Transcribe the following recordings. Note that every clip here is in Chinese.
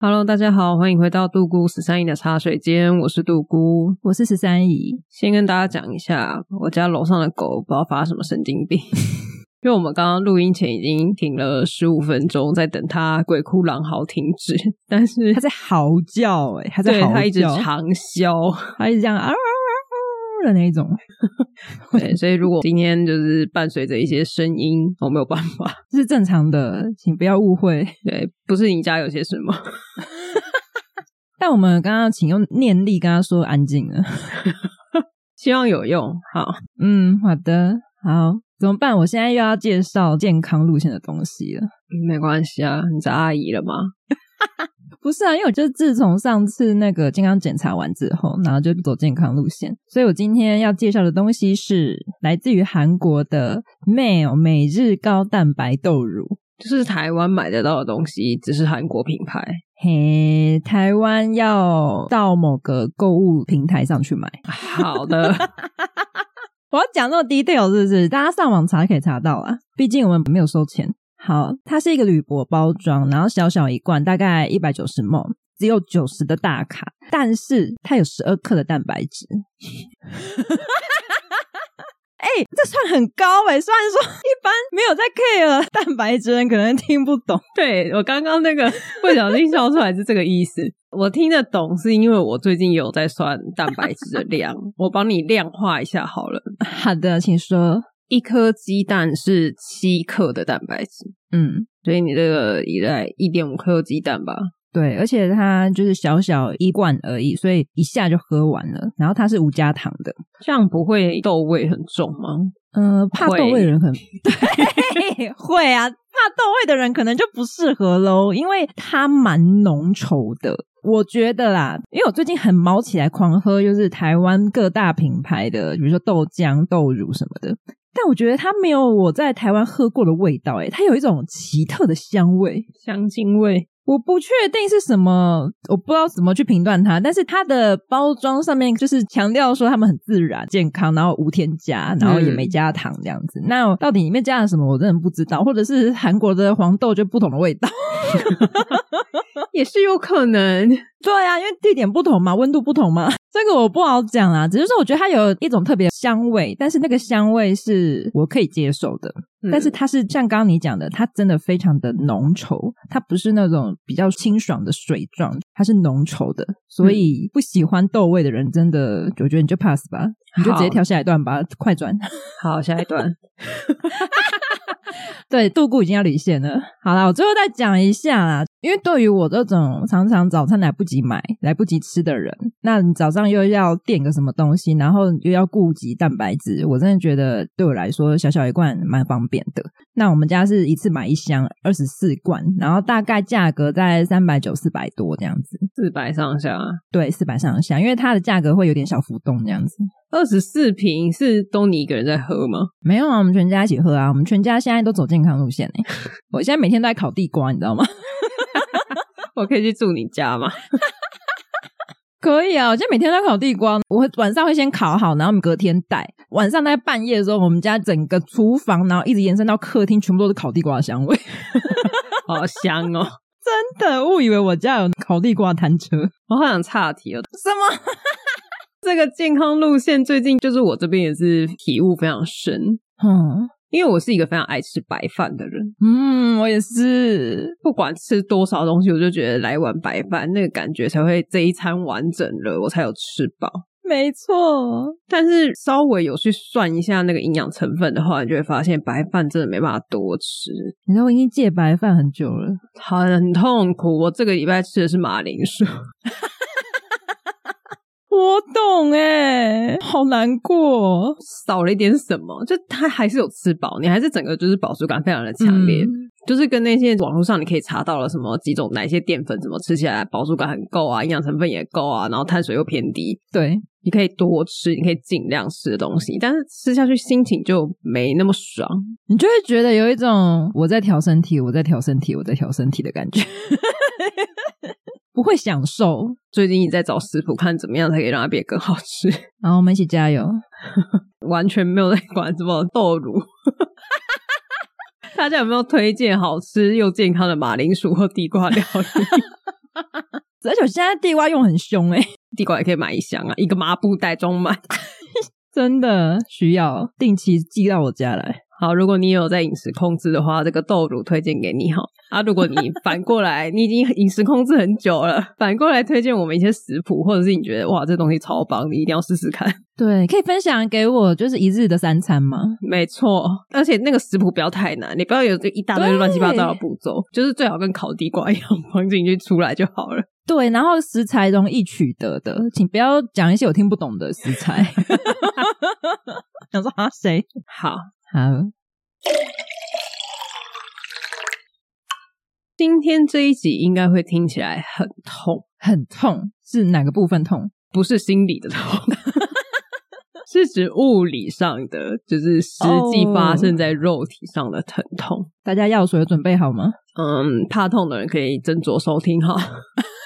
Hello，大家好，欢迎回到杜姑十三姨的茶水间，我是杜姑。我是十三姨，先跟大家讲一下，我家楼上的狗不知道发什么神经 病，因为我们刚刚录音前已经停了十五分钟，在等它鬼哭狼嚎停止，但是她在嚎叫、欸，哎，她在对嚎叫，它一直长啸。她一直这样啊啊啊啊啊的那一种，对，所以如果今天就是伴随着一些声音，我没有办法。这是正常的，请不要误会。对，不是你家有些什么，但我们刚刚请用念力跟她说安静了。 希望有用。好，嗯，好的，好，怎么办？我现在又要介绍健康路线的东西了。没关系啊，你找阿姨了吗？ 不是啊，因为我就自从上次那个健康检查完之后，然后就走健康路线，所以我今天要介绍的东西是来自于韩国的 Mail 每日高蛋白豆乳。就是台湾买得到的东西，只是韩国品牌。嘿，台湾要到某个购物平台上去买。好的，我要讲那么 detail 是不是？大家上网查可以查到啊，毕竟我们没有收钱。好，它是一个铝箔包装，然后小小一罐，大概一百九十 ml，只有九十的大卡，但是它有十二克的蛋白质。 哎、这算很高哎、虽然说一般没有在 care 蛋白质的人可能听不懂。对我刚刚那个不小心笑出来是这个意思。 我听得懂，是因为我最近有在算蛋白质的量，我帮你量化一下好了。好的，请说。一颗鸡蛋是七克的蛋白质，嗯，所以你这个一来一点五克鸡蛋吧。对，而且它就是小小一罐而已，所以一下就喝完了。然后它是无加糖的，这样不会豆味很重吗？呃，怕会豆味的人可能对会啊，怕豆味的人可能就不适合喽，因为它蛮浓稠的。我觉得啦，因为我最近很毛起来狂喝，就是台湾各大品牌的，比如说豆浆、豆乳什么的。但我觉得它没有我在台湾喝过的味道、欸，诶，它有一种奇特的香味。香精味，我不确定是什么，我不知道怎么去评断它，但是它的包装上面就是强调说他们很自然、健康，然后无添加，然后也嗯没加糖这样子。那到底里面加了什么，我真的不知道，或者是韩国的黄豆就不同的味道。 也是有可能。对啊，因为地点不同嘛，温度不同嘛， 这个我不好讲啦。只是说我觉得它有一种特别香味，但是那个香味是我可以接受的。嗯嗯但是它是像刚刚你讲的，它真的非常的浓稠，它不是那种比较清爽的水状，它是浓稠的，所嗯以不喜欢豆味的人真的，我觉得你就 pass 吧，你就直接跳下一段吧，快转。好，下一 段对，度固已经要离线了。好啦，我最后再讲一下啦，因为对于我这种常常早餐来不及买、来不及吃的人，那你早上又要垫个什么东西，然后又要顾及蛋白质，我真的觉得对我来说，小小一罐蛮方便的。那我们家是一次买一箱二十四罐，然后大概价格在三百九、四百多这样子，四百上下，啊对，四百上下，因为它的价格会有点小浮动这样子。二十四瓶是都你一个人在喝吗？没有啊，我们全家一起喝啊！我们全家现在都走健康 路线哎、我现在每天都在烤地瓜，你知道吗？我可以去住你家吗？ 可以啊，我今天每天都在烤地瓜，我会晚上会先烤好，然后我们隔天带。晚上大概半夜的时候，我们家整个厨房，然后一直延伸到客厅，全部都是烤地瓜的香味。 好香哦！真的误以为我家有烤地瓜摊车，我好想岔题哦。什么？ 这个健康路线最近就是我这边也是体悟非常深，嗯因为我是一个非常爱吃白饭的人，嗯，我也是。不管吃多少东西，我就觉得来碗白饭那个感觉才会这一餐完整了，我才有吃饱。没错，但是稍微有去算一下那个营养成分的话，你就会发现白饭真的没办法多吃，你知道我已经戒白饭很久了，很痛苦。我这个礼拜吃的是马铃薯， 我懂哎、好难过哦。少了一点什么，就它还是有吃饱，你还是整个就是饱足感非常的强烈。就是跟那些网络上你可以查到了什么几种哪些淀粉怎么吃起来饱足感很够啊，营养成分也够啊，然后碳水又偏低，对，你可以多吃，你可以尽量吃的东西，但是吃下去心情就没那么爽。你就会觉得有一种我在调身体，我在调身体，我在调身体的感觉， 不会享受。最近一直在找食谱看怎么样才可以让它变得更好吃， 然后我们一起加油。完全没有在管什么豆乳。 大家有没有推荐好吃又健康的马铃薯或地瓜料理？而且我现在地瓜用很凶哎、地瓜也可以买一箱啊，一个麻布袋装满。 真的需要定期寄到我家来。好，如果你有在饮食控制的话，这个豆乳推荐给你哈。啊，如果你反过来， 你已经饮食控制很久了，反过来推荐我们一些食谱，或者是你觉得哇，这东西超棒，你一定要试试看。 对，可以分享给我，就是一日的三餐吗？没错，而且那个食谱不要太难，你不要有这一大堆对乱七八糟的步骤，就是最好跟烤地瓜一样放进去出来就好了。对，然后食材容易取得的，请不要讲一些我听不懂的食材。 想说啊，谁？好，好，今天这一集应该会听起来很痛，很痛，是哪个部分痛？不是心理的痛， 是指物理上的，就是实际发生在肉体上的疼痛。大家药水有准备好吗？嗯，怕痛的人可以斟酌收听哈。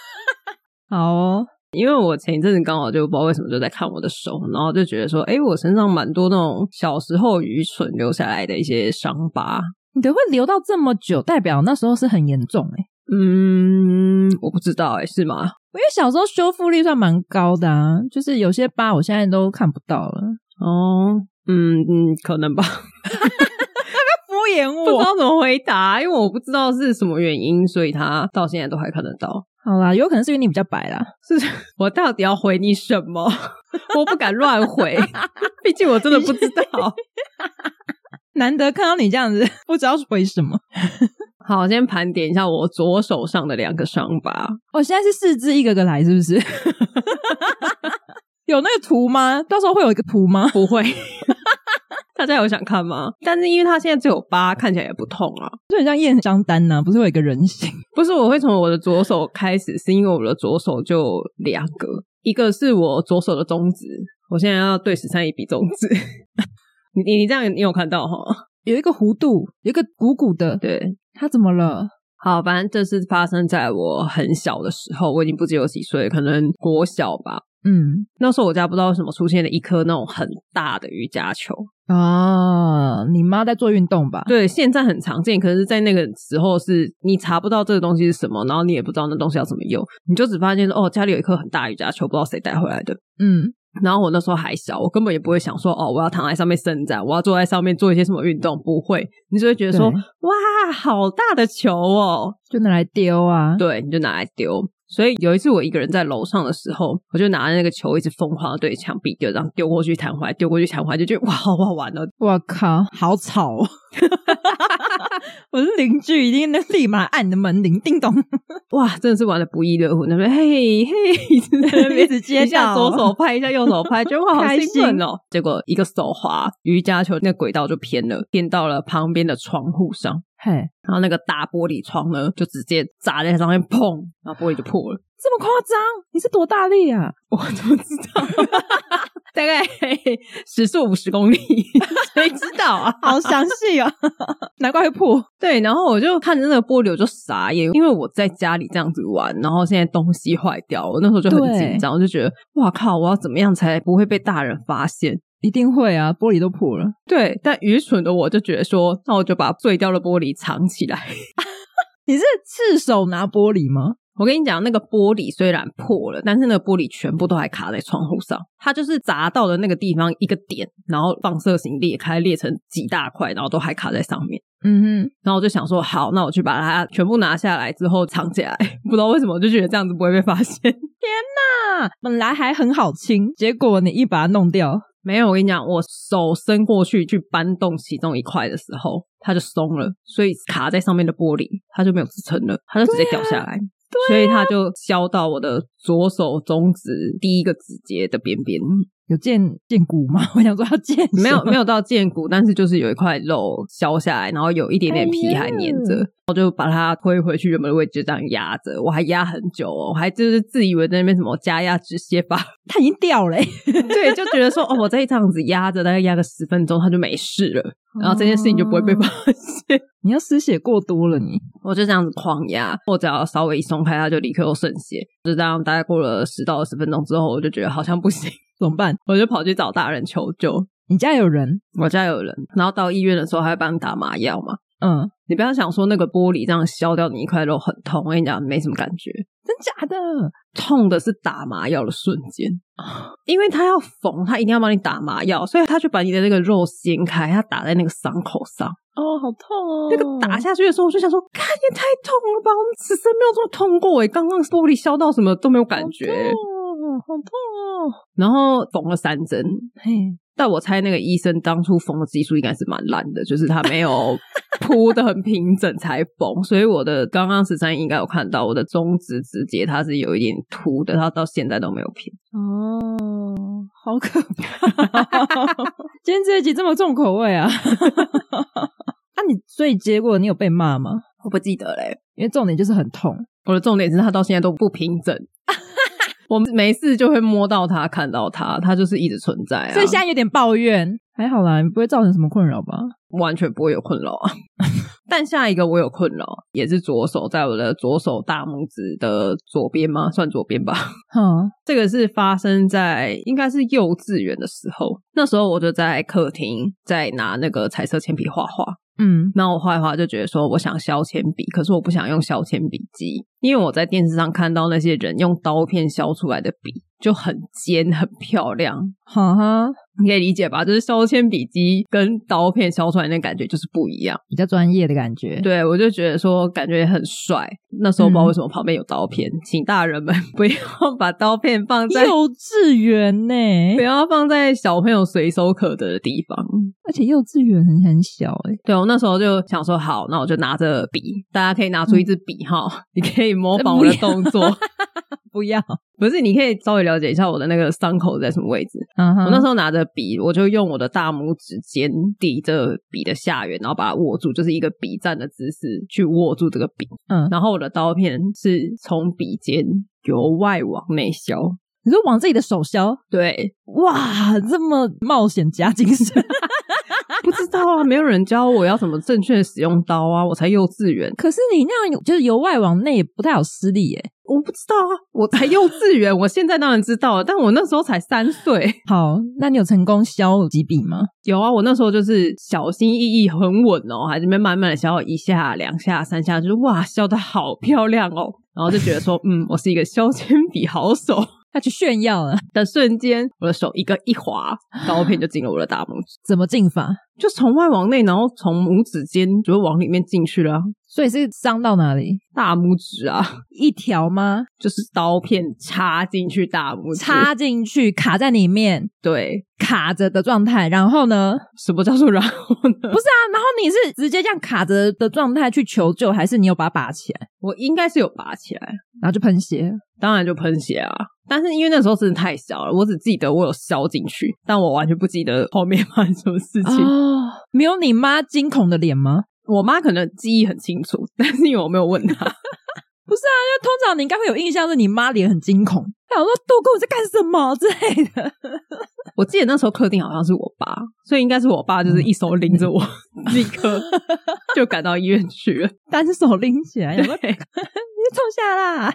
好哦，因为我前一阵子刚好就不知道为什么就在看我的手，然后就觉得说，哎，我身上蛮多那种小时候愚蠢留下来的一些伤疤。你的会留到这么久，代表那时候是很严重哎、嗯，我不知道哎、是吗？因为小时候修复力算蛮高的啊，就是有些疤我现在都看不到了。哦，嗯嗯，可能吧。敷衍不知道怎么回答，因为 我不知道是什么原因，所以他到现在都还看得到。好啦，有可能是因为你比较白啦，是我到底要回你什么？ 我不敢乱回， 毕竟我真的不知道。 难得看到你这样子，不知道为什么。好，先盘点一下我左手上的两个伤疤。我、哦现在是四肢一个个来，是不 是？有那个图吗？到时候会有一个图吗？不会， 大家有想看吗？但是因为它现在只有疤，看起来也不痛啊。就很像验伤单呐、不是会有一个人形？不是，我会从我的左手开始，是因为我的左手就两个，一个是我左手的中指，我现在要对十三姨比中指。 你你你这样你有看到哈？有一个弧度，有一个鼓鼓的，对，它怎么了？好，反正这是发生在我很小的时候，我已经不记得有几岁，可能国小吧。嗯，那时候我家不知道为什么出现了一颗那种很大的瑜伽球，啊，你妈在做运动吧？对，现在很常见，可是，在那个时候是你查不到这个东西是什么，然后你也不知道那东西要怎么用，你就只发现说哦，家里有一颗很大的瑜伽球，不知道谁带回来的。嗯，然后我那时候还小，我根本也不会想说哦，我要躺在上面伸展，我要坐在上面做一些什么运动，不会，你只会觉得说对哇，好大的球哦，就拿来丢啊。对，你就拿来丢。所以有一次我一个人在楼上的时候，我就拿着那个球一直疯狂的对着墙壁丢，然后丢过去弹回来，丢过去弹回来，就觉得哇，好好玩哦！我靠，好吵、哦！我是邻居，一定能立马按你的门铃，叮咚， 哇，真的是玩的不亦乐乎。那边嘿嘿，一直在那边一直接到哦一下左手拍一下右手拍，觉得哇，好开兴心奋哦！结果一个手滑，瑜伽球那个轨道就偏了，偏到了旁边的窗户上， 嘿，然后那个大玻璃窗呢，就直接砸在上面，砰，然后玻璃就破了。这么夸张？你是多大力啊？我怎么知 道？大概时速五十公里，谁知道啊？ 好详细啊， 难怪会破。对，然后我就看着那个玻璃，我就傻眼，因为我在家里这样子玩，然后现在东西坏掉了，我那时候就很对紧张，我就觉得哇靠，我要怎么样才不会被大人发现？一定会啊，玻璃都破了。对，但愚蠢的我就觉得说，那我就把碎掉的玻璃藏起来。你是赤手拿玻璃吗？我跟你讲，那个玻璃虽然破了，但是那个玻璃全部都还卡在窗户上，它就是砸到的那个地方一个点，然后放射型裂开，裂成几大块，然后都还卡在上面。嗯然后我就想说，好，那我去把它全部拿下来之后藏起来。 不知道为什么，我就觉得这样子不会被发现。哼，啊，本来还很好清，结果你一把它弄掉，没有，我跟你讲，我手伸过去去搬动其中一块的时啊候，它就松了，所以卡在上面的玻璃它就没有支撑了，它就直接掉下来。所以它就削到我的左手中指第一个指节的边边，有见见骨吗？ 我想说要见什么，没有没有到胫骨，但是就是有一块肉削下来，然后有一点点皮还粘着，哎呀我就把它推回去原本的位置，这样压着，我还压很久哦，我还就是自以为在那边什么加压止血法，它已经掉了、欸。对，就觉得说哦，我这一样子压着，大概压个十分钟，它就没事了，然后这件事情就不会被发现。你要失血过多了你， 我就这样子狂压，我只要稍微一松开，它就立刻又渗血。就这样，大概过了十到二十分钟之后，我就觉得好像不行， 怎么办？我就跑去找大人求救。你家有人？我家有人，然后到医院的时候，还会帮你打麻药嘛。嗯，你不要想说那个玻璃这样削掉你一块肉很痛，我跟你讲没什么感觉，真假的？痛的是打麻药的瞬间，因为他要缝，他一定要帮你打麻药，所以他就把你的那个肉掀开，他打在那个伤口上。哦，好痛哦那个打下去的时候，我就想说，看也太痛了吧！我们此生没有这么痛过诶、哎刚刚玻璃削到什么都没有感觉，哦，好痛哦！然后缝了三针。嘿，但我猜那个医生当初缝的技术应该是蛮烂的，就是他没有铺的很平整才缝，所以我的刚刚十三应该有看到我的中指指节它是有一点凸的，它到现在都没有平。哦，好可怕！ 今天这一集这么重口味啊！ 啊，你所以结果你有被骂吗？我不记得嘞，因为重点就是很痛，我的重点是它到现在都不平整。 我没事就会摸到它，看到它，它就是一直存在啊，所以现在有点抱怨。还好啦，你不会造成什么困扰吧？完全不会有困扰啊。 但下一个我有困扰，也是左手，在我的左手大拇指的左边吗？算左边吧。 哈，这个是发生在应该是幼稚园的时候，那时候我就在客厅在拿那个彩色铅笔画画，嗯，那我画一画就觉得说我想削铅笔，可是我不想用削铅笔机，因为我在电视上看到那些人用刀片削出来的笔就很尖很漂亮，哈哈，你可以理解吧？就是削铅笔机跟刀片削出来的感觉就是不一样。比较专业的感觉。对我就觉得说感觉很帅，那时候不知道为什么旁边有刀片，请大人们 不要把刀片放在幼稚园呢、不要放在小朋友随手可得的地方。而且幼稚园很很小哎、对，我那时候就想说，好，那我就拿着笔，大家可以拿嗯出一支笔哈、你可以模仿我的动作， 不 要，不是？你可以稍微了解一下我的那个伤口在什么位置。嗯哼我那时候拿着笔，我就用我的大拇指尖抵着笔的下缘，然后把它握住，就是一个笔站的姿势去握住这个笔。嗯，然后我的刀片是从笔尖由外往内削，你说往自己的手削，对， 哇，这么冒险家精神， 不知道啊，没有人教我要怎么正确地使用刀啊，我才幼稚园，可是你那样就是由外往内也不太好施力耶、我不知道啊，我才幼稚园，我现在当然知道了，但我那时候才三岁。好，那你有成功削几笔吗？有啊，我那时候就是小心翼翼，很稳哦，还在那边慢慢的削一下、两下、三下，就是哇，削的好漂亮哦，然后就觉得说，嗯，我是一个削铅笔好手。他去炫耀了， 的瞬间，我的手一个一滑，刀片就进了我的大拇指，怎么进法？就从外往内，然后从拇指尖就往里面进去了啊，所以是伤到哪里？大拇指啊。一条吗？就是刀片插进去大拇指，插进去，卡在里面，对，卡着的状态。然后呢？什么叫做 然后呢不？是啊，然后你是直接这样卡着的状态去求救，还是你有把它拔起来，我应该是有拔起来，然后就喷血？当然就喷血啊。但是因为那时候真的太小了，我只记得我有削进去，但我完全不记得后面发生什么事情。哦，没有你妈惊恐的脸吗？我妈可能记忆很清楚， 但是因为我没有问她，不是啊，因为通常你应该会有印象，是你妈脸很惊恐，她想说杜姑你在干什么之类的。 我记得那时候客厅好像是我爸，所以应该是我爸就是一手拎着我， 立刻就赶到医院去了。单手拎起来，想说对你就冲下啦。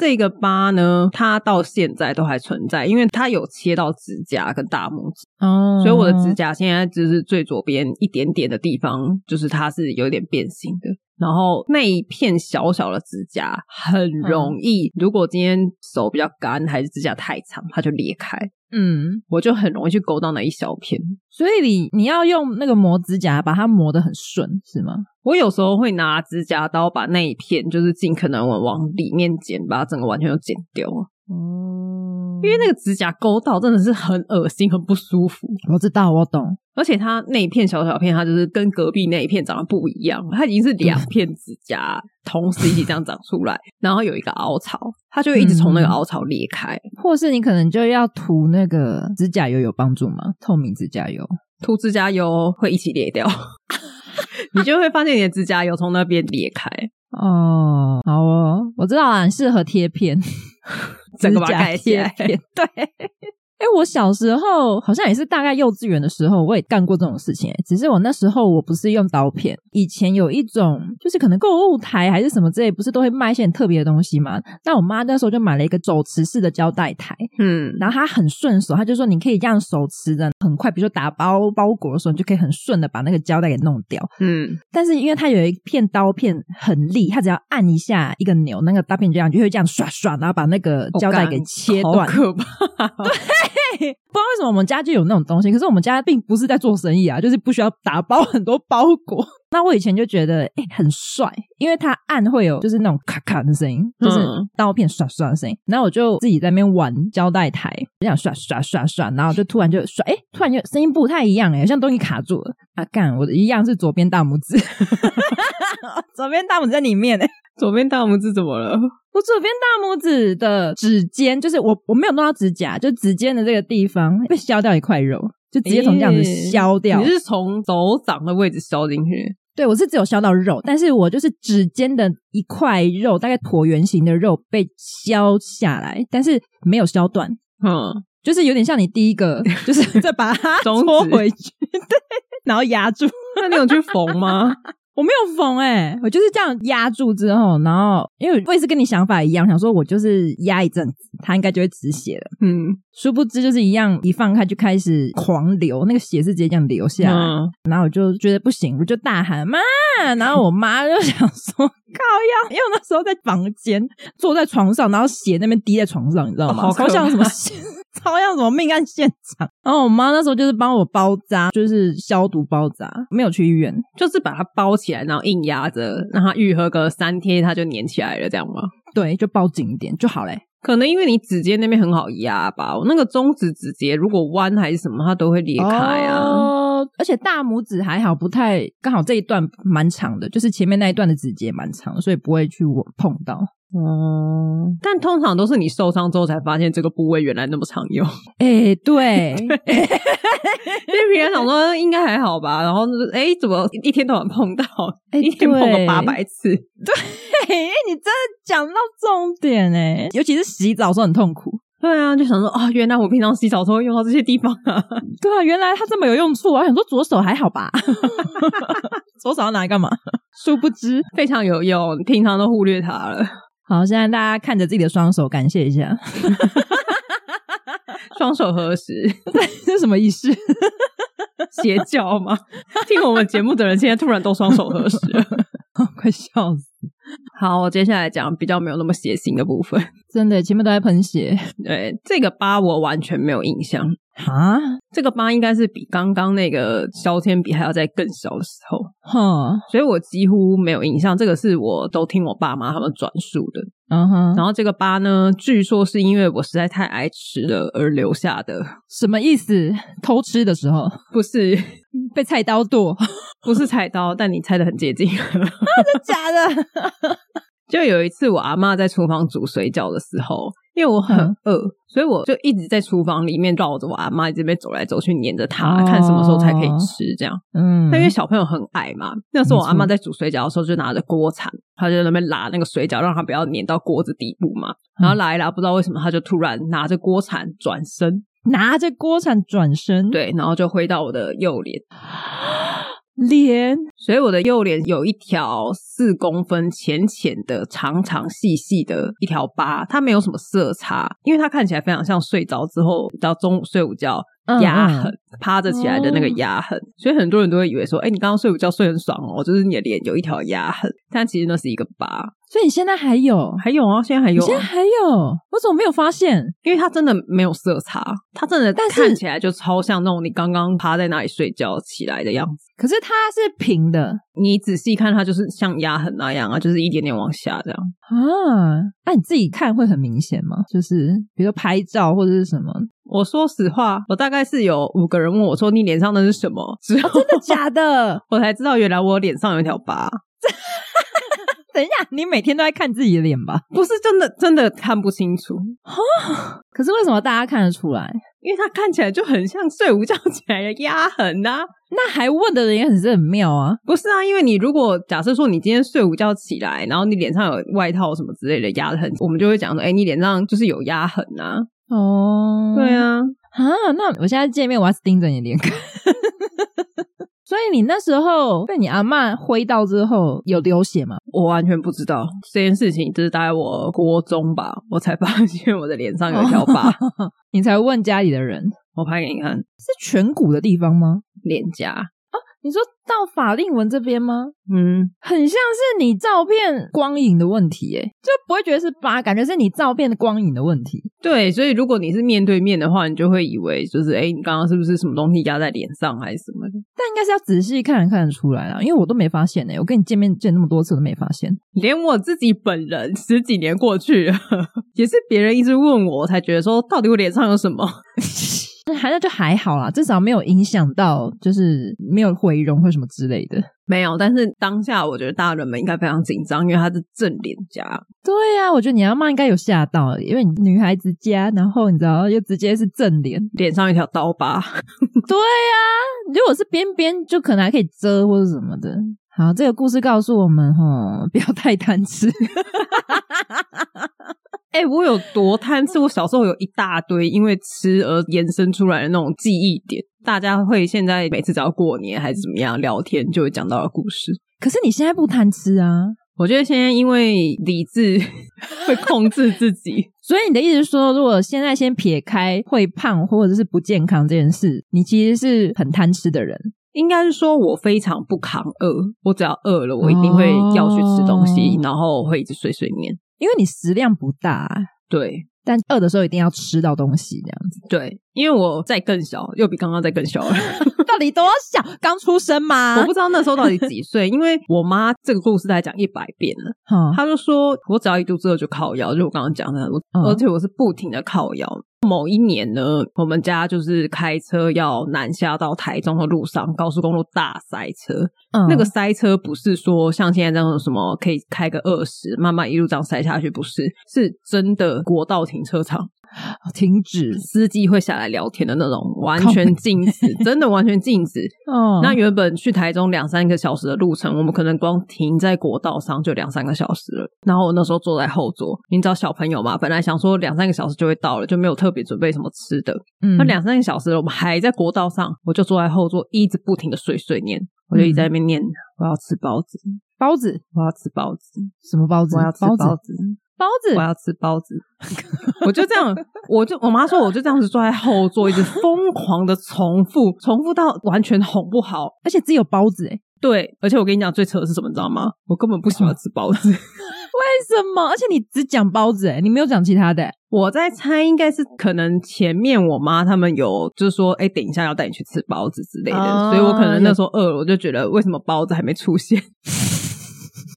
这个疤呢，它到现在都还存在，因为它有切到指甲跟大拇指，哦所以我的指甲现在就是最左边一点点的地方，就是它是有点变形的。然后那一片小小的指甲很容易，如果今天手比较干，还是指甲太长，它就裂开，嗯，我就很容易去勾到那一小片。所以你你要用那个磨指甲把它磨得很顺，是吗？我有时候会拿指甲刀把那一片，就是尽可能往往里面剪，把它整个完全都剪掉啊。哦、因为那个指甲勾到真的是很恶心、很不舒服。我知道，我懂。而且它那一片小小片，它就是跟隔壁那一片长得不一样，它已经是嗯两片指甲同时一起这样长出来，然后有一个凹槽，它就会一直从那个嗯凹槽裂开。或是你可能就要涂那个指甲油，有帮助吗？透明指甲油。涂指甲油会一起裂掉， 你就会发现你的指甲油从那边裂开，哦，好哦，我知道啦，很适合贴 片，整个指把它甲盖起贴来。片。对，哎、我小时候好像也是大概幼稚园的时候，我也干过这种事情、诶欸只是我那时候我不是用刀片，以前有一种就是可能购物台还是什么之类，不是都会卖一些很特别的东西嘛？那我妈那时候就买了一个手持式的胶带台，嗯，然后他很顺手，他就说你可以这样手持着，很快，比如说打包包裹的时候，你就可以很顺的把那个胶带给弄掉。嗯，但是因为它有一片刀片很利，它只要按一下一个钮，那个刀片就这样就会这样刷刷，然后把那个胶带嗯给切好断。可怕。嘿嘿不知道为什么我们家就有那种东西，可是我们家并不是在做生意啊，就是不需要打包很多包裹。 那我以前就觉得，哎、很帅，因为它按会有就是那种咔咔的声音，就是嗯刀片刷刷的声音。然后我就自己在那边玩胶带台，这样刷刷刷刷，然后就突然就刷，哎、突然就声音不太一样、哎，好像东西卡住了啊！干，我的一样是左边大拇指， 左边大拇指在里面、哎。左边大拇指怎么了？我左边大拇指的指尖，就是我我没有弄到指甲，就指尖的这个地方被削掉一块肉，就直接从这样子削掉。你是从手掌的位置削进去？对我是只有削到肉，但是我就是指尖的一块肉，大概椭圆形的肉被削下来，但是没有削断，嗯，就是有点像你第一个，就是 再把它 中指搓回去，对，然后压住。那你有去缝吗？我没有缝哎、我就是这样压住之后，然后因为我也是跟你想法一样，想说我就是压一阵子，它应该就会止血了。 嗯殊不知就是一样，一放开就开始狂流，那个血是直接这样流下来。嗯，然后我就觉得不行，我就大喊妈，然后我妈就想说 靠呀，因为我那时候在房间坐在床上，然后血那边滴在床上，你知道吗？哦好可超怕像什么， 超像什么命案现场。然后我妈那时候就是帮我包扎，就是消毒包扎，没有去医院。就是把它包起来，然后硬压着，让它愈合个三天，它就粘起来了，这样吗？对，就包紧一点就好嘞。可能因为你指尖那边很好压吧，我那个中指指节如果弯还是什么，它都会裂开啊。哦，而且大拇指还好，不太刚好这一段蛮长的，就是前面那一段的指节蛮长，所以不会去我碰到。哦， 但通常都是你受伤之后才发现这个部位原来那么常用，哎、对，因为别人想说应该还好吧，然后就是哎、怎么一天到晚碰到，哎一天碰个对八百次，嘿，你真的讲到重点哎，尤其是洗澡的时候很痛苦。对啊，就想说啊、原来我平常洗澡的时候会用到这些地方 啊，对啊，原来它这么有用处啊！我想说左手还好吧， 左手要拿来干嘛？殊不知，非常有用，平常都忽略它了。好，现在大家看着自己的双手，感谢一下， 双手合十，这是什么意 思？邪教吗？ 听我们节目的人现在突然都双手 合十了。快笑死！好，我接下来讲比较没有那么血腥的部 分。真的，前面都在喷血对，这个疤我完全没有印象。啊！这个疤应该是比刚刚那个削铅笔还要再更小的时候，哼，所以我几乎没有印象。这个是我都听我爸妈他们转述的。嗯哼，然后这个疤呢，据说是因为我实在太爱吃了而留下的，什么意思？偷吃的时候不是 被菜刀剁，不是菜刀，但你猜的很接 近。假的？就有一次，我阿妈在厨房煮水饺的时候，因为我很嗯饿，所以我就一直在厨房里面绕着我阿妈这边走来走去，黏着她，哦看什么时候才可以吃。这样，嗯那、因为小朋友很矮嘛，那时候我阿没妈错在煮水饺的时候，就拿着锅铲，她就在那边拉那个水饺，让它不要粘到锅子底部嘛。然后拉一拉，不知道为什么，她就突然拿着锅铲转身，拿着锅铲转身，，对，然后就挥到我的右脸，脸所以我的右脸有一条四公分浅浅的、长长细细的一条疤，它没有什么色差，因为它看起来非常像睡着之后到中午睡午觉嗯压嗯痕、趴着起来的那个压痕，所以很哦多人都会以为说，哎、你刚刚睡午觉睡很爽哦，就是你的脸有一条压痕，但其实那是一个疤。所以你现在还有，还有啊，现在还你有、现在啊，还有，我怎么没有发现？因为它真的没有色差，它真的但是看起来就超像那种你刚刚趴在那里睡觉起来的样子。可是它是平的你仔细看，它就是像压痕那样啊，就是一点点往下这样。啊，那、你自己看会很明显吗？就是比如说拍照或者是什么，我说实话，我大概是有五个人问我说你脸上那是什么，之后、哦真的假的？ 我才知道原来我脸上有一条疤， 等一下，你每天都在看自己的脸吧？不是真的真的看不清楚，可是为什么大家看得出来？因为它看起来就很像睡午觉起来的压痕呐、那还问的人也很是很妙啊。不是啊，因为你如果假设说你今天睡午觉起来，然后你脸上有外套什么之类的压痕，我们就会讲说，哎、你脸上就是有压痕啊。哦对，啊，啊，那我现在见面我要盯着你脸看。 所以你那时候被你阿嬷挥到之后有流血吗？我完全不知道这件事情，就是大概我国中吧，我才发现我的脸上有一条疤。哦你才问家里的人我拍给你看，是颧骨的地方吗？脸颊，你说到法令纹这边吗？嗯，很像是你照片光影的问题，诶，就不会觉得是疤，感觉是你照片的光影的问题。对，所以如果你是面对面的话，你就会以为就是，哎、你刚刚是不是什么东西压在脸上还是什么的？但应该是要仔细看看得出来啦，因为我都没发现呢。我跟你见面见那么多次我都没发现。连我自己本人十几年过去了， 也是别人一直问我，我才觉得说到底我脸上有什么？还那就还好啦，至少没有影响到，就是没有毁容或什么之类的。没有，但是当下我觉得大人们应该非常紧张，因为它是正脸颊，对呀、我觉得你阿妈应该有吓到，因为你女孩子家，然后你知道又直接是 正脸。脸上有一条刀疤。对呀、如果是边边，就可能还可以遮或者什么的。好，这个故事告诉我们，哈，不要太贪吃。 哎、我有多贪吃？我小时候有一大堆因为吃而延伸出来的那种记忆点。大家会现在每次只要过年还是怎么样聊天，就会讲到的故事。可是你现在不贪吃啊，我觉得现在因为理智 会控制自己，所以你的意思是说，如果现在先撇开会胖或者是不健康这件事，你其实是很贪吃的人。 应该是说我非常不扛饿，我只要饿了，我一定会要去吃东西，哦然后会一直碎碎念。因为你食量不大啊、对但饿的时候一定要吃到东西， 这样子。对，因为我再更小，又比刚刚再更小了。到底多小？刚出生吗我不知道那时候到底几岁，因为我妈这个故事她讲一百遍了，哦她就说我只要一肚子饿就靠腰，就我刚刚讲的，我、嗯而且我是不停的靠腰。某一年呢，我们家就是开车要南下到台中的路上，高速公路大塞车，嗯那个塞车不是说像现在这种什么可以开个二十，慢慢一路这样塞下去，不是，是真的国道停车场，停止司机会下来聊天的那种，完全禁止，真的完全禁止。哦 那原本去台中两三个小时的路程，我们可能光停在国道上就两三个小时了。然后我那时候坐在后座，你知道小朋友嘛，本来想说两三个小时就会到了，就没有特别准备什么吃的。嗯那两三个小时了，我们还在国道上，我就坐在后座，一直不停的碎碎念，我就一直在那边念，我要吃包子，包子我要吃包子，什么包子？我要吃包包子，包子我要吃包子。我就这样， 我就我妈说，我就这样子坐在后座，一直疯狂的重复，重复到完全哄不好。而且只有包子哎、对，而且我跟你讲，最扯的是什么，你知道吗？我根本不喜欢吃包 子。为什么？而且你只讲包子哎、你没有讲其他的、欸。我在猜，应该是可能前面我妈他们有就是说，哎、等一下要带你去吃包子之类的，哦所以我可能那时候饿了，我就觉得为什么包子还没出现，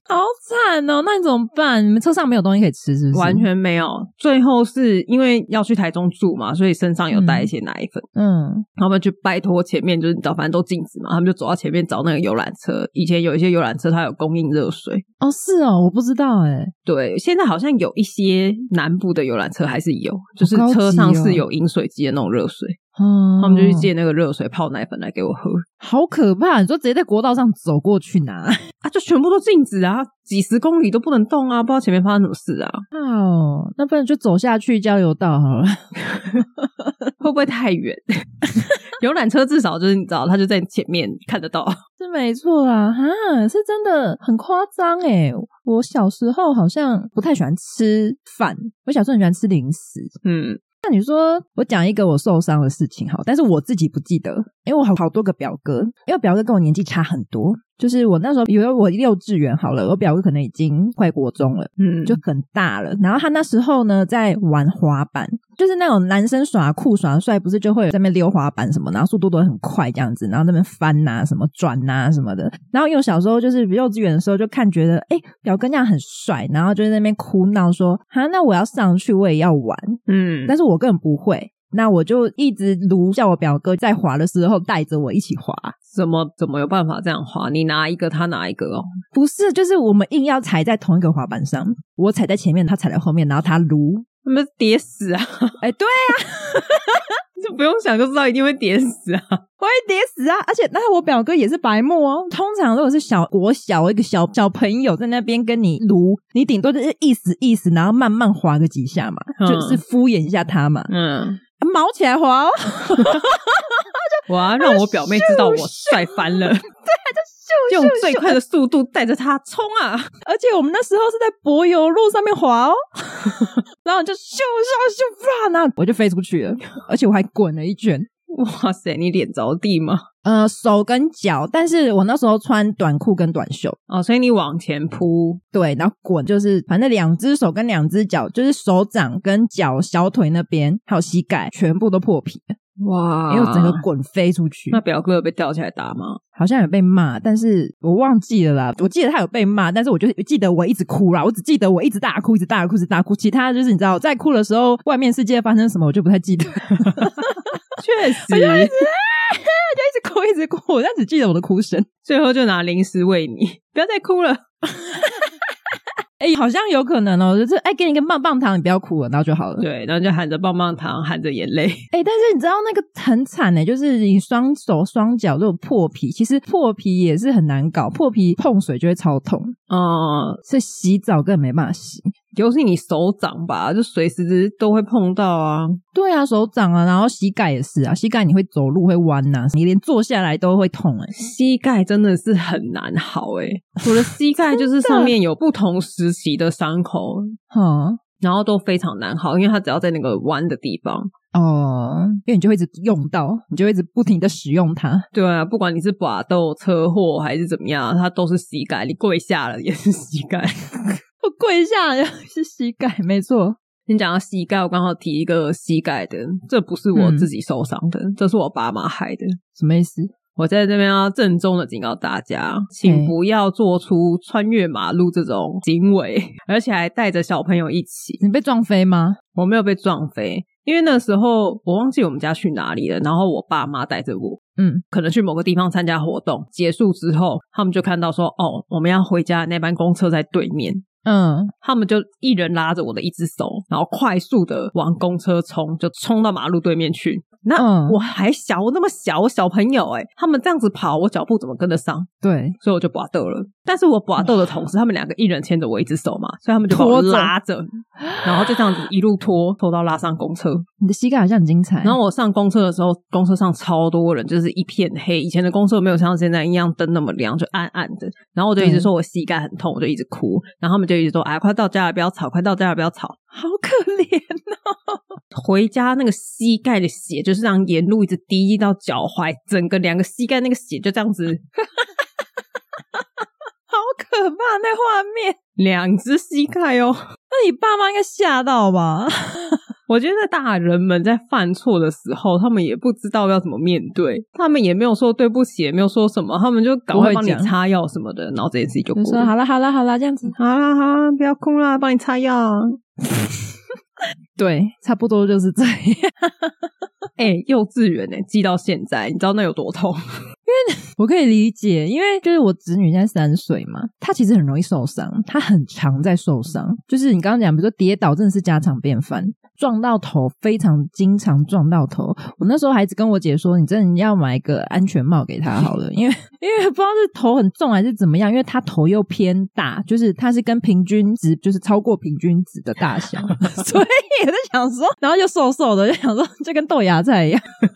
好惨哦！那你怎么办？你们车上没有东西可以吃，是不是？完全没有。最后是因为要去台中住嘛，所以身上有带一些奶粉，嗯然后他们就拜托前面就是你知道，反正都禁止嘛，他们就走到前面找那个游览车。以前有一些游览车它有供应热水。哦是哦，我不知道哎、对，现在好像有一些南部的游览车还是有，就是好高级车上哦是有饮水机的那种热水，嗯，他们就去，借那个热水泡奶粉来给我喝好可怕！你说直接在国道上走过去拿， 啊，就全部都禁止啊，几十公里都不能动啊，不知道前面发生什么事啊， 哦，那不然就走下去郊游道好了。 会不会太远？ 游览车至少就是你知道，它就在前面看得到。是没错啦，哈，是真的很夸张诶。我小时候好像不太喜欢吃饭，我小时候很喜欢吃零食。嗯，那你说我讲一个我受伤的事情好，但是我自己不记得，因为我好好多个表哥，因为我表哥跟我年纪差很多，就是我那时候，比如我幼稚园好了，我表哥可能已经快国中了，嗯，就很大了。然后他那时候呢，在玩滑板，就是那种男生耍酷耍帅，不是就会在那边溜滑板什么，然后速度都很快这样子，然后那边翻呐、什么转呐、什么的。然后因为我小时候就是幼稚园的时候就看觉得，哎、表哥那样很帅，然后就在那边哭闹说，哈，那我要上去，我也要玩。嗯，但是我根本不会。那我就一直撸叫我表哥在滑的时候带着我一起滑，怎么怎么有办法这样滑？你拿一个，他拿一个哦。不是就是我们硬要踩在同一个滑板上，我踩在前面，他踩在后面，然后他撸，那么跌死啊！ 哎、对就不用想就知道一定会跌死啊！我会跌死啊！而且那我表哥也是白目哦。通常如果是小国小一个小小朋友在那边跟你撸，你顶多就是意思意思，然后慢慢滑个几下嘛，嗯就是敷衍一下他嘛，嗯，啊毛起来 滑哦。我啊要让我表妹知道我帅翻 了，用最快的速度带着她冲啊！而且我们那时候是在柏油路上面滑哦， 然后我就咻咻咻啪，然后我就飞出去了，而且我还滚了一圈，哇塞，你脸着地吗？呃，手跟脚，但是我那时候穿短裤跟短袖，哦，所以你往前扑，对，然后滚就是反正两只手跟两只脚，就是手掌跟脚、小腿那边还有膝盖全部都破皮，哇啊因为我哎整个滚飞出去，那表哥有被吊起来打吗？好像有被骂，但是我忘记了啦，我记得他有被骂，但是我就记得我一直哭啦，我只记得我一直大哭，一直大哭，一直大哭，其他就是你知道，在哭的时候，外面世界发生什么我就不太记得。 哎确实，一直哭，一直哭，我但只记得我的哭声。最后就拿零食喂你，不要再哭了。哎、好像有可能哦，就是哎、给你一个棒棒糖，你不要哭了，然后就好了。对，然后就含着棒棒糖，含着眼泪。哎、但是你知道那个很惨呢、欸就是你双手双脚都有破皮，其实破皮也是很难搞，破皮碰水就会超痛，哦、所以洗澡根本没办法洗。尤其你手掌吧，就随时都会碰到啊。对啊，手掌啊，然后膝盖也是啊，膝盖你会走路会弯呐、你连坐下来都会痛哎、膝盖真的是很难好诶、我的膝盖就是真的上面有不同时期的伤口，哈、然后都非常难好，因为它只要在那个弯的地方，哦，因为你就会一直用到，你就会一直不停的使用它。对啊，不管你是拔豆、车祸还是怎么样，它都是膝盖。你跪下了也是膝盖。 我跪下 来是膝盖，没错。你讲到膝盖，我刚好提一个膝盖的，这不是我自己受伤的，这是我爸妈害的。什么意思？我在这边要郑重的警告大家，请不要做出穿越马路这种行为，而且还带着小朋友一起。你被撞飞吗？我没有被撞飞，因为那时候我忘记我们家去哪里了，然后我爸妈带着我，嗯，可能去某个地方参加活动，结束之后，他们就看到说，哦，我们要回家的那班公车在对面，嗯，他们就一人拉着我的一只手，然后快速的往公车冲，就冲到马路对面去。那、嗯我还小，我那么小小朋友哎、他们这样子跑，我脚步怎么跟得上？对，所以我就拔豆了。但是我拔豆的同时，他们两个一人牵着我一只手嘛，所以他们就把我拖着拉着，然后就这样子一路拖拖到拉上公车。你的膝盖好像很精彩。然后我上公车的时候，公车上超多人，就是一片黑。以前的公车没有像现在一样灯那么亮，就暗暗的。然后我就一直说我膝盖很痛，我就一直哭。然后他们就一直说：“哎，快到家了，不要吵！快到家了，不要吵好可怜，！”哦回家那个膝盖的血就是这样沿路一直滴到脚踝，整个两个膝盖那个血就这样子， 好可怕那画面。两只膝盖哦。那你爸妈应该吓到 吧？我觉得大人们在犯错的时候，他们也不知道要怎么面对，他们也没有说对不起，也没有说什么，他们就赶不快会帮你讲擦药什么的，然后这件事情就就过说了好。啦好啦好啦，这样子。好啦好啦，不要哭啦，帮你擦药。对，差不多就是这样。哎、幼稚园呢、记到现在，你知道那有多痛？ 我可以理解，因为就是我侄女现在三岁嘛，她其实很容易受伤，她很常在受伤。就是你刚刚讲，比如说跌倒，真的是家常便饭，撞到头非常经常撞到头。我那时候还一直跟我姐说，你真的要买一个安全帽 给她好了，因为因为不知道是头很重还是怎么样，因为她头又偏大，就是她是跟平均值就是超过平均值的大 小，所以我在想说，然后又瘦瘦的，就想说就跟豆芽菜一样。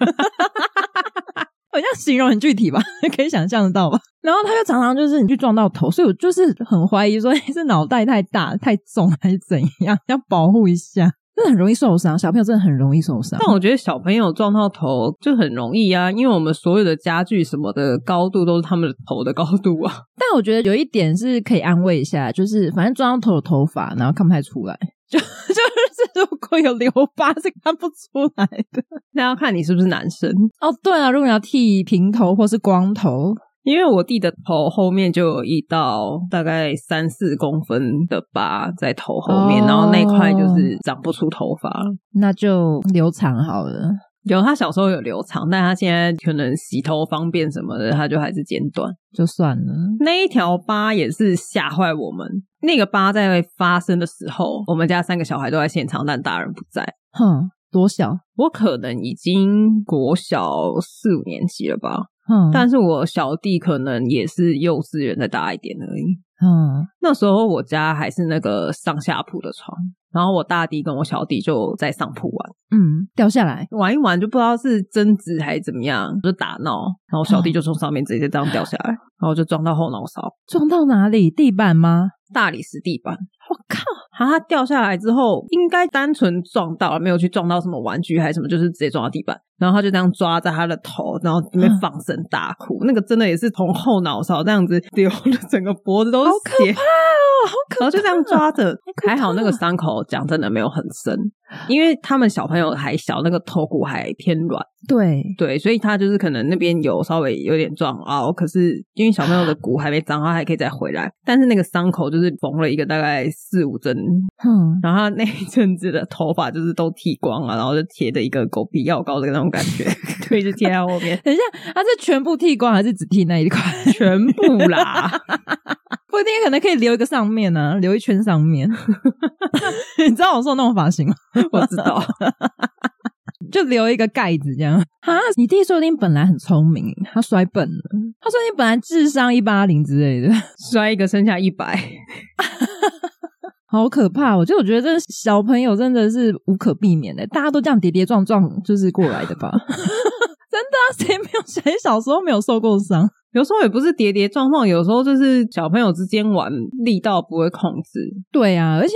我这样形容很具体吧，可以想象得到吧？然后他就常常就是你去撞到头，所以我 就是很怀疑说是脑袋太大太重还是怎样，要保护一下。真的很容易受伤，小朋友真的很容易受伤。但我觉得小朋友撞到头就很容易啊，因为我们所有的家具什么的高度都是他们的头的高度啊。 但我觉得有一点是可以安慰一下，就是反正撞到头有头发，然后看不太出来， 就就是如果有留疤是看不出来的。那要看你是不是男生， 哦，对啊，如果你要剃平头或是光头，因为我弟的头后面就有一道大概三四公分的疤在头后面，哦然后那块就是长不出头发了。那就留长好了。有他小时候有留长，但他现在可能洗头方便什么的，他就还是剪短。就算了，那一条疤也是吓坏我们。那个疤在发生的时候，我们家三个小孩都在现场，但大人不在。哼，多小，我可能已经国小四五年级了吧，哼，但是我小弟可能也是幼稚园再大一点而已。哼，那时候我家还是那个上下铺的床，然后我大弟跟我小弟就在上铺玩，嗯，掉下来，玩一玩就不知道是争执还是怎么样，就打闹，然后小弟就从上面直接这样掉下来，然后就撞到后脑勺，撞到哪里？地板吗？大理石地板。我靠！他掉下来之后，应该单纯撞到了，没有去撞到什么玩具还是什么，就是直接撞到地板。然后他就这样抓着他的头，然后那边放声大哭。那个真的也是从后脑勺这样子 流的，整个脖子都是血，哦，好然后就这样抓着。可怕还好那个伤口讲真的没有很深，因为他们小朋友还小，那个头骨还偏软，对，对，所以他就是可能那边有稍微有点撞凹，可是因为小朋友的骨还没长好，还可以再回来。但是那个伤口就是缝了一个大概四五针，哼，，然后他那一阵子的头发就是都剃光了，然后就贴着一个狗皮药膏的那种感觉， 对，就贴在后面 等一下，他是全部剃光还是只剃那一块？全部啦。 不一定，可能可以留一个上面呢、留一圈上面。 你知道我说的那种发 型吗？我知道，就留一个盖子这样。哈，你弟说不定本来很聪明，他摔笨了。他说你本来智商一八零之类的，摔一个剩下一百，好可怕！我就我觉得这小朋友真的是无可避免的，大家都这样跌跌撞撞就是过来的 吧。真的啊，谁没有谁小时候没有受过伤？有时候也不是跌跌撞撞，有时候就是小朋友之间玩力道不会控制，对啊，而且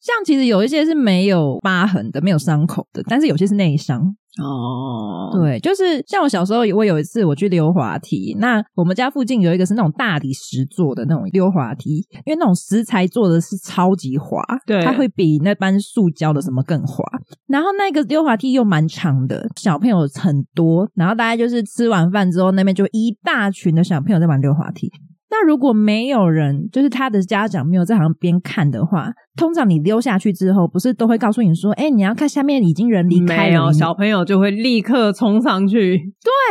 像其实有一些是没有疤痕的，没有伤口的，但是有些是内伤。哦，对，就是像我小时候，我有一次我去溜滑梯，那我们家附近有一个是那种大理石做的那种溜滑梯，因为那种石材做的是超级滑，对它会比那般塑胶的什么更滑。然后那个溜滑梯又蛮长的，小朋友很多，然后大家就是吃完饭之后，那边就一大群的小朋友在玩溜滑梯。那如果没有人，就是他的家长没有在旁边看的话，通常你溜下去之后，不是都会告诉你说：“哎、你要看下面已经人离开没了，有你小朋友就会立刻冲上去，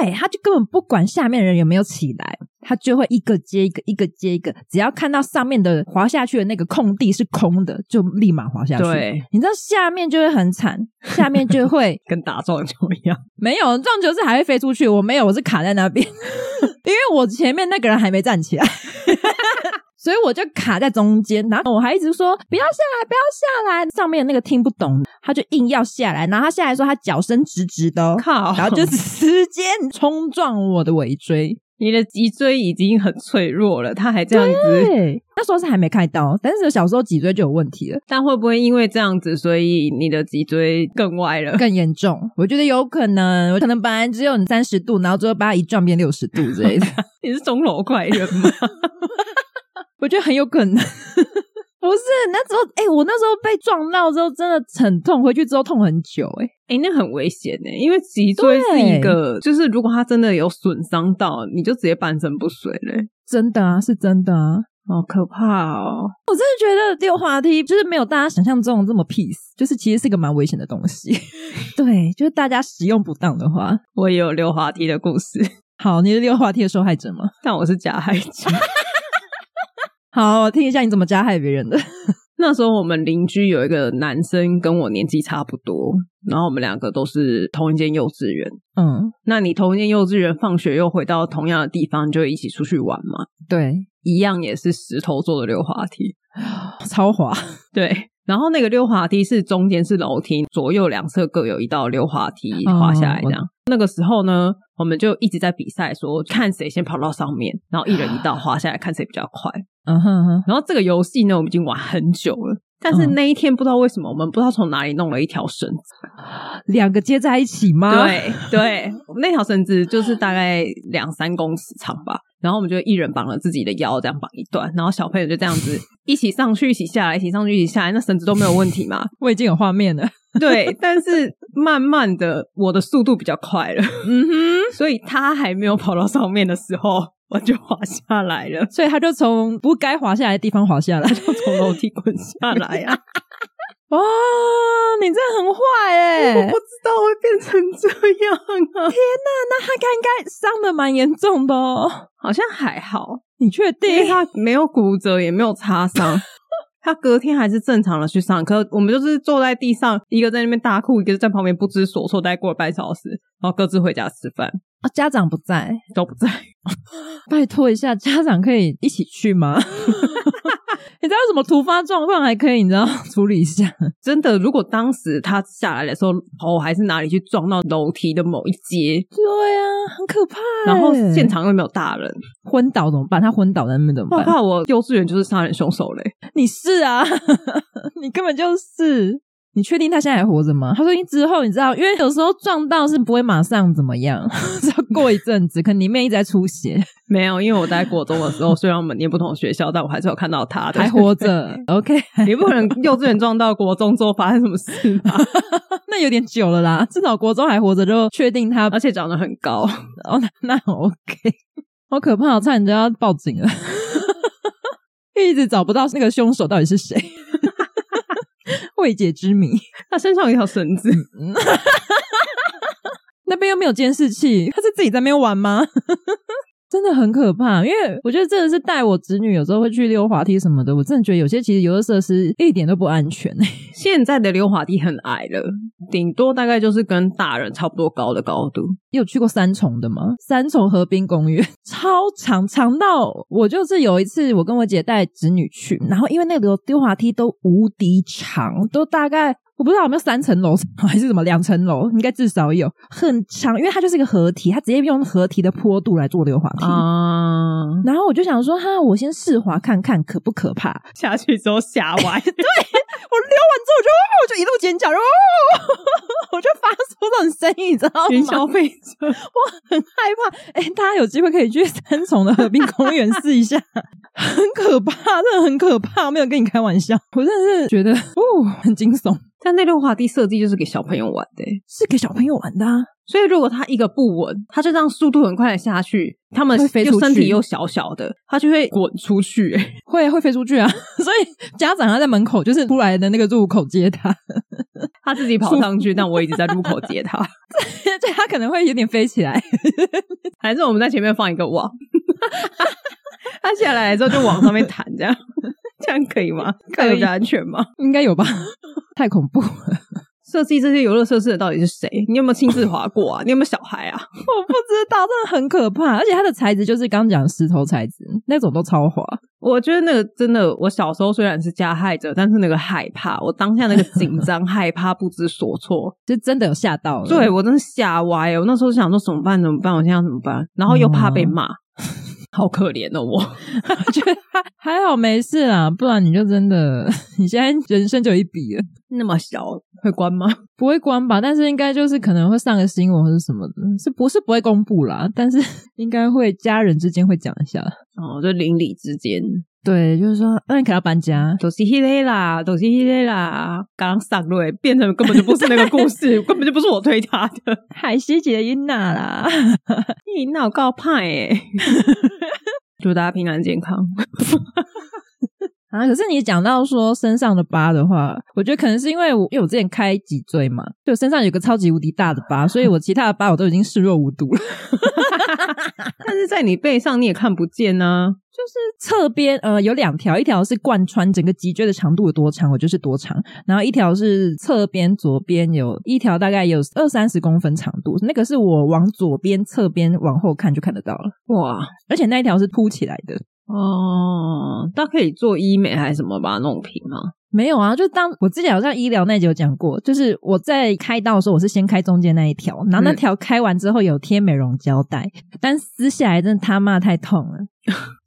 对，他就根本不管下面人有没有起来，他就会一个接一个，一个接一个，只要看到上面的滑下去的那个空地是空的，就立马滑下去。对，你知道下面就会很惨，下面就会跟打撞球一 样。没有撞球是还会飞出去，我没有，我是卡在那边， 因为我前面那个人还没站起来。 所以我就卡在中间，然后我还一直说不要下来，不要下来。上面那个听不懂，他就硬要下来，然后他下来说他脚伸直直的、哦，靠！然后就直接冲撞我的尾椎。你的脊椎已经很脆弱了，他还这样子，对，那时候是还没开刀，但是小时候脊椎就有问题了， 但会不会因为这样子，所以你的脊椎更歪了？ 更严重。我觉得有可能，我可能本来只有你三十度，然后最后把它一转变六十度之类 的，你是钟楼怪人 吗？我觉得很有可能。 不是那时候，哎、我那时候被撞到之后真的很痛，回去之后痛很久、哎，哎、那很危险呢、因为脊椎是一个，就是如果他真的有损伤到，你就直接半身不遂嘞、真的啊，是真的啊。好可怕哦！我真的觉得溜滑梯就是没有大家想象中的这么 peace，就是其实是个蛮危险的东西。 对，就是大家使用不当的话，我也有溜滑梯的故事， 好，你是溜滑梯的受害者吗？但我是加害者。好，我听一下你怎么加害别人的。 那时候我们邻居有一个男生跟我年纪差不多，然后我们两个都是同一间幼稚园。嗯，那你同一间幼稚园放学又回到同样的地方，就一起出去玩嘛？对，一样也是石头做的溜滑梯，超滑。对。然后那个溜滑梯是中间是楼梯，左右两侧各有一道溜滑梯哦滑下来这样。那个时候呢，我们就一直在比赛说看谁先跑到上面，然后一人一道滑下来，看谁比较快。嗯哼哼，然后这个游戏呢，我们已经玩很久了，但嗯是那一天不知道为什么，我们不知道从哪里弄了一条绳子。两个接在一起吗？，对对，我们那条绳子就是大概两三公尺长吧。然后我们就一人绑了自己的腰，这样绑一段，然后小朋友就这样 子一起上去，一起下来，一起上去，一起下来，那绳子都没有问题嘛。我已经有画面了。 对，但是慢慢的，我的速度比较快了，嗯哼，所以他还没有跑到上面的时候，我就滑下来了，所以他就从不该滑下来的地方滑下来。就从楼梯滚下来啊！哦，你真的很坏哎、我不知道会变成这样啊，那他应该伤的蛮严重的哦。 好像还好，你确因为定？他没有骨折，也没有擦 伤。他隔天还是正常的去上课，我们就是坐在地上，一个在那边大哭，一个在旁边不知所措，待过了半小时，然后各自回家吃饭，啊，家长不在，都不在。 拜托一下，家长可以一起去吗？ 你知道什么突发状况还可以，你知道处理一下？真的，如果当时他下来的时候，头还是哪里去撞到楼梯的某一阶，对啊，很可怕欸、然后现场又没有大人，昏倒怎么办？他昏倒在那边怎么我办？怕我幼稚园就是杀人凶手嘞、你是啊， 你根本就是。你确定他现在还活着吗？他说你之后你知道，因为有时候撞到是不会马上怎么样， 是要过一阵子，可能里面一直在出血，没有，因为我在国中的时候，虽 然我们念不同学校，但我还是有看到他 的，还活。着。OK， 也不可能幼稚园撞到国中之后发生什么事吧？那有点久了啦，至少国中还活着就确定他 而且长得很高，哦，那那很 OK，好可怕哦，差点就要报警了， 一直找不到那个凶手到底是谁， 未解之谜。 他身上有一条绳子，那边又没有监视器，他是自己在那边玩吗？ 真的很可怕，因为我觉得真的是带我侄女有时候会去溜滑梯什么的，我真的觉得有些其实游乐设施一点都不安全、 欸现在的溜滑梯很矮了，顶多大概就是跟大人差不多高的高度。 你有去过三重的吗？三重河滨公园 超长，长到我就是有一次，我跟我姐带侄女去，然后因为那个溜滑梯都无敌长，都大概我不知道有没有三层楼 还是什么两层楼，应该至少有很长，因为它就是一个河堤，它直接用河堤的坡度来做溜滑梯。 啊、然后我就想说，哈，我先试滑看看可不可怕。下去之后吓歪， 我溜完之后，我就哦我就一路尖叫，然后哦 我就发出这种声音，你知道云吗？霄飞车。很害怕。哎、大家有机会可以去三重的河滨公园试一下， 很可怕，真的很可怕，没有跟你开玩笑，我真的是觉得哦，很惊悚，但那溜滑梯设计就是给小朋友玩的欸、是给小朋友玩的、啊。所以如果他一个不稳，他就这样速度很快的下去，他们会飞又出去身体又小小的，他就会滚出去、 欸。会会飞出去啊！ 所以家长要在门口，就是出来的那个入口接他， 他自己跑上 去，但我一直在路口接他。就他可能会有点飞起来，还是我们在前面放一个网， 他下来之后就往上面弹，这样 这样可以吗？看有比较安全吗？应该有吧？ 太恐怖了。设计这些游乐设施的到底是谁？你有没有亲自滑过啊？你有没有小孩啊？我不知道，真的很可怕，而且它的材质就是刚讲的石头材质，那种都超滑。我觉得那个真的，我小时候虽然是加害者，但是那个害怕，我当下那个紧张、 害怕、不知所措，就真的有吓到了，对我真的吓歪了。哦我那时候想说怎么办？怎么办？我现在要怎么办？然后又怕被骂， 好可怜哦我。 我觉得还还好没事啦，不然你就真的 你现在人生就有一笔了，那么小会关吗？不会关吧？但是应该就是可能会上个新闻或者什么的，是不是不会公布啦？但是 应该会家人之间会讲一下，哦，就邻里之间对，就是说，那你可要搬家。都是迄个啦，都是迄个啦，刚上路欸变成根本就不是那个故 事，根本就不是我推他 的。海西姐因娜啦，你脑告派哎！ 祝大家平安健康。啊，可是你讲到说身上的疤的话，我觉得可能是因为我因为我之前开脊椎嘛，就身上有个超级无敌大的疤，所以我其他的疤我都已经视若无睹了。 但是在你背上你也看不见啊呢、就是侧边呃有两条，一条是贯穿整个脊椎的长度有多长，我就是多长，然后一条是侧边左边有一条大概有二三十公分长度，那个是我往左边侧边往后看就看得到了，哇而且那一条是凸起来的。哦，它可以做医美还是什么把它弄平吗？没有啊，就当我之前好像医疗那集有讲过，就是我在开刀的时候，我是先开中间那一条，然后那条开完之后有贴美容胶带，但撕下来真的他妈太痛了，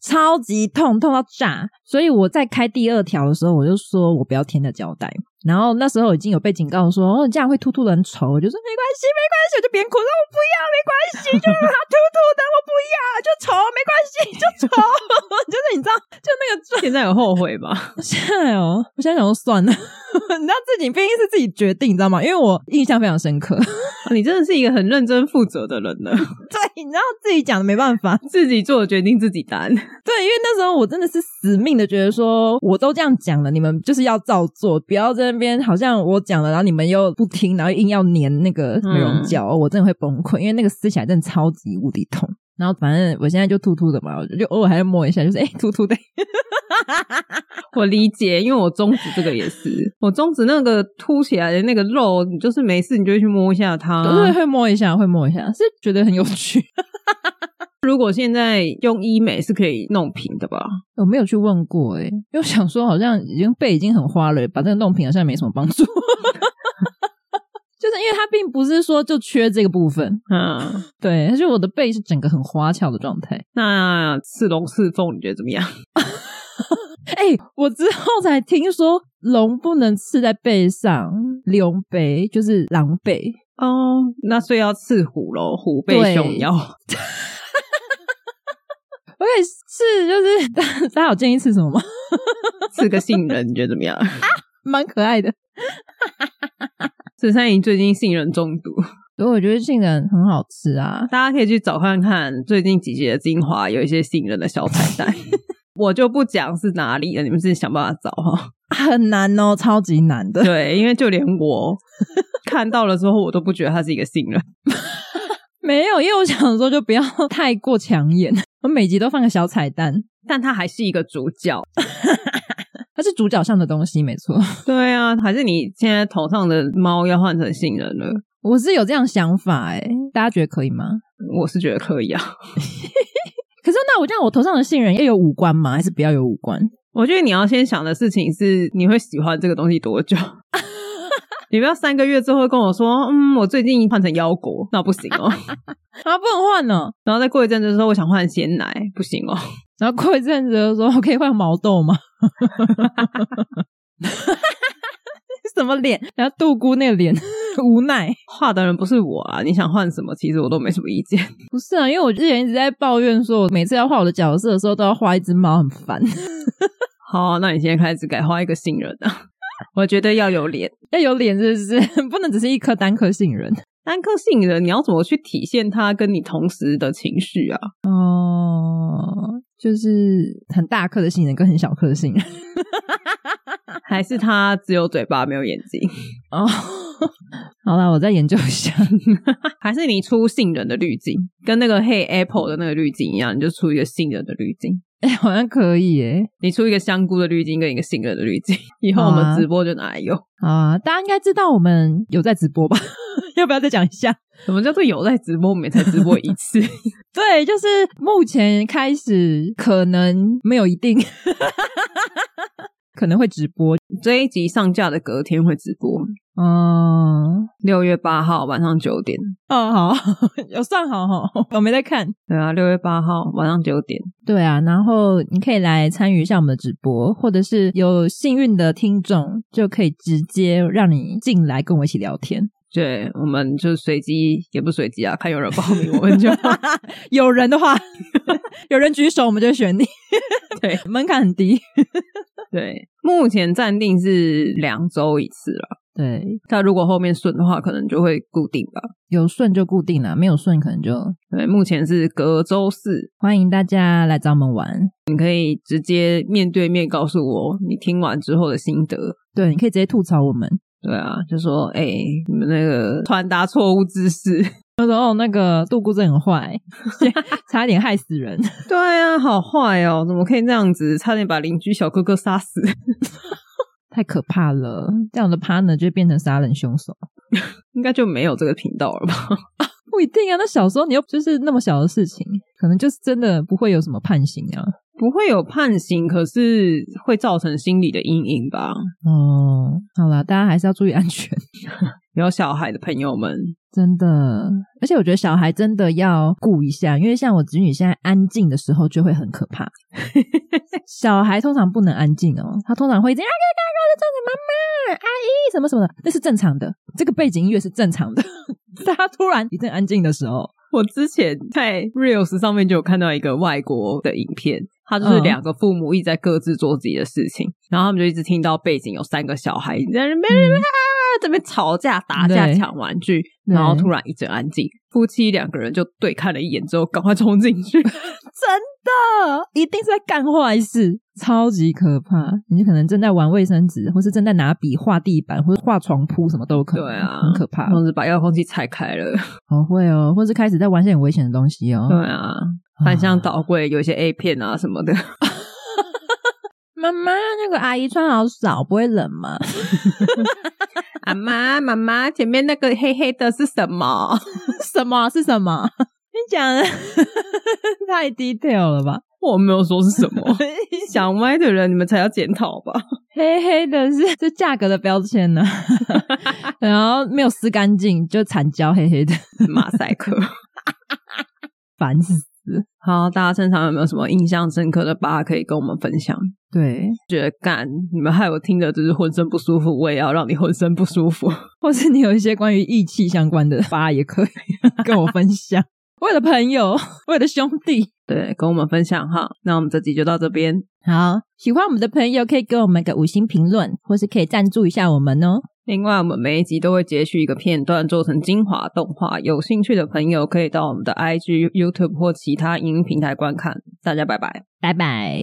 超级痛，痛到炸。所以我在开第二条的时候，我就说我不要贴那胶带。然后那时候已经有被警告说，哦，这样会突突的很丑。我就说没关系，没关系，我就边哭说我不要，没关系，就让它突突的，我不要，就丑，没关系，就丑。 就是你知道，就那个状现在有后悔 吧？现在哦，我现在想说算了， 你知道自己毕竟是自己决定，你知道吗？因为我印象非常深刻， 你真的是一个很认真负责的人呢， 对，你知道自己讲的没办法，自己做的决定自己担。 对，因为那时候我真的是死命的觉得说，我都这样讲了，你们就是要照做，不要在那边好像我讲了，然后你们又不听，然后硬要粘那个美容胶，我真的会崩溃，因为那个撕起来真的超级无敌痛。然后反正我现在就突突的嘛，我就偶尔还会摸一下，就是哎、突突的，我理解，因为我中指这个也是，我中指那个凸起来的那个肉，你就是没事你就会去摸一下 它。对，会摸一下，会摸一下，是觉得很有趣。如果现在用医美是可以弄平的吧？我没有去问过哎、欸，因为我想说好像已经背已经很花了，把这个弄平好像没什么帮助。 就是因为它并不是说就缺这个部分，嗯，对，而且我的背是整个很花俏的状态。那刺龙刺凤你觉得怎么样？哎、我之后才听说龙不能刺在背上，龙背就是狼狈，哦，那所以要刺虎喽，虎对背熊腰。我也是，就是 大大家有建议吃什么吗？ 刺个杏仁，你觉得怎么样？ 蛮可爱的，十三姨最近杏仁中毒，所以我觉得杏仁很好吃啊。大家可以去找看看最近几集的精华，有一些杏仁的小彩 蛋。我就不讲是哪里了，你们自己想办法找 哈。很难哦，超级难的。对，因为就连我看到了之后，我都不觉得它是一个杏仁。没有，因为我想说就不要 太过抢眼，我每集都放个小彩蛋，但它还是一个主角，它是主角上的东西，没错。 对啊，还是你现在头上的猫要换成杏仁了？我是有这样想法哎，大家觉得可以吗？我是觉得可以啊，可是那我这样，我头上的杏仁要有五官吗？还是不要有五官？我觉得你要先想的事情是，你会喜欢这个东西多久？ 你不要三个月之后跟我说，嗯，我最近换成腰果，那不行哦。啊，不能换哦。然后再过一阵子说，我想换鲜奶，不行哦。然后过一阵子就说，我可以换毛豆吗？ 什么脸？然后杜姑那个脸无奈。画的人不是我啊，你想换什么，其实我都没什么意见。不是啊，因为我之前一直在抱怨说，我每次要画我的角色的时候都要画一只猫，很烦。好啊、那你现在开始改画一个杏仁啊。我觉得要有脸，要有脸是不是？不 能只是一颗单颗杏仁单颗杏仁，你要怎么去体现它跟你同时的情绪啊？哦。就是很大颗的杏仁跟很小颗的杏仁还是它只有嘴巴没有眼睛？哦。 好啦，我再研究一下。 还是你出杏仁的滤镜，跟那个黑 apple 的那个滤镜一样，你就出一个杏仁的滤镜。哎、好像可以耶。你出一个香菇的滤镜跟一个杏仁的滤镜， 以后我们直播就拿来用。好啊，大家应该知道我们有在直播吧？ 要不要再讲一下？什么叫做有在直播？我们也才直播一次，对，就是目前开始可能没有一定， 可能会直播。这一集上架的隔天会直播，嗯，六月八号晚上九点。哦，好， 有算好哈，我没在看。对啊，六月八号晚上九点。对啊，然后你可以来参与一下我们的直播，或者是有幸运的听众就可以直接让你进来跟我一起聊天。对，我们就随机，也不随机啊，看有人报名我们就有人的 话，有人举手，我们就选 你。对门槛很低。对。目前暂定是两周一次了，对，但如果后面顺的话，可能就会固定吧。有顺就固定了，没有顺可能就对，呃目前是隔周四，欢迎大家来找我们玩。你直接面对面告诉我你听完之后的心得。对，你可以直接吐槽我们。对啊，就说哎、你们那个传达错误知识。 他说：“哦，那个杜姑真很坏， 差点害死人。对啊，好坏哦，怎么可以这样子？差点把邻居小哥哥杀死。 太可怕了！这样的 partner 就会变成杀人凶手。应该就没有这个频道了吧？ 不一定啊，那小时候你又就是那么小的事情，可能就是真的不会有什么判刑啊。不会有判刑，可是会造成心理的阴影吧？哦，好啦，大家还是要注意安全。有小孩的朋友们，真的，而且我觉得小孩真的要顾一下，因为像我侄女现在安静的时候就会很可怕。小孩通常不能安静哦，他通常会这样啊，嘎嘎的叫着妈妈、阿姨什么什么的，那是正常的，这个背景音乐是正常的。 在他突然一阵安静的时候，我之前在 Reels 上面就有看到一个外国的影片，他嗯就是两个父母一直在各自做自己的事情，然后他们就一直听到背景有三个小孩在那边、嗯啊这边吵架、打架、对抢玩具，对然后突然一阵安静，夫妻两个人就对看了一眼之后，赶快冲进 去。真的一定是在干坏事，超级可怕。你可能正在玩卫生纸，或是正在拿笔画地板，或者画床铺，什么都有可能，对啊，很可怕。同时把遥控器拆开了。好会哦，或是开始在玩一些很危险的东西哦。对啊，翻箱倒柜有一些 A 片啊什么的。妈妈，那个阿姨穿好少，不会冷吗？ 阿妈，妈妈，前面那个黑黑的是什么？ 什么啊是什么？你讲的 太 detail 了吧？我没有说是什 么。想歪的人，你们才要检讨吧。黑黑的是这价格的标签呢、 然后没有撕干净就惨焦黑黑的，马赛克。烦死。好，大家身上有没有什么印象深刻的疤可以跟我们分享？对，觉得干，你们害我听着就是浑身不舒服，我也要让你浑身不舒服。 或是你有一些关于义气相关的疤也可以跟我分享。 为了朋友，为了兄弟，对，跟我们分享哈。那我们这集就到这边，好，喜欢我们的朋友可以给我们个五星评论，或是可以赞助一下我们哦。另外，我们每一集都会截取一个片段做成精华动画，有兴趣的朋友可以到我们的 IG、YouTube 或其他影音平台观看。大家拜拜。拜拜。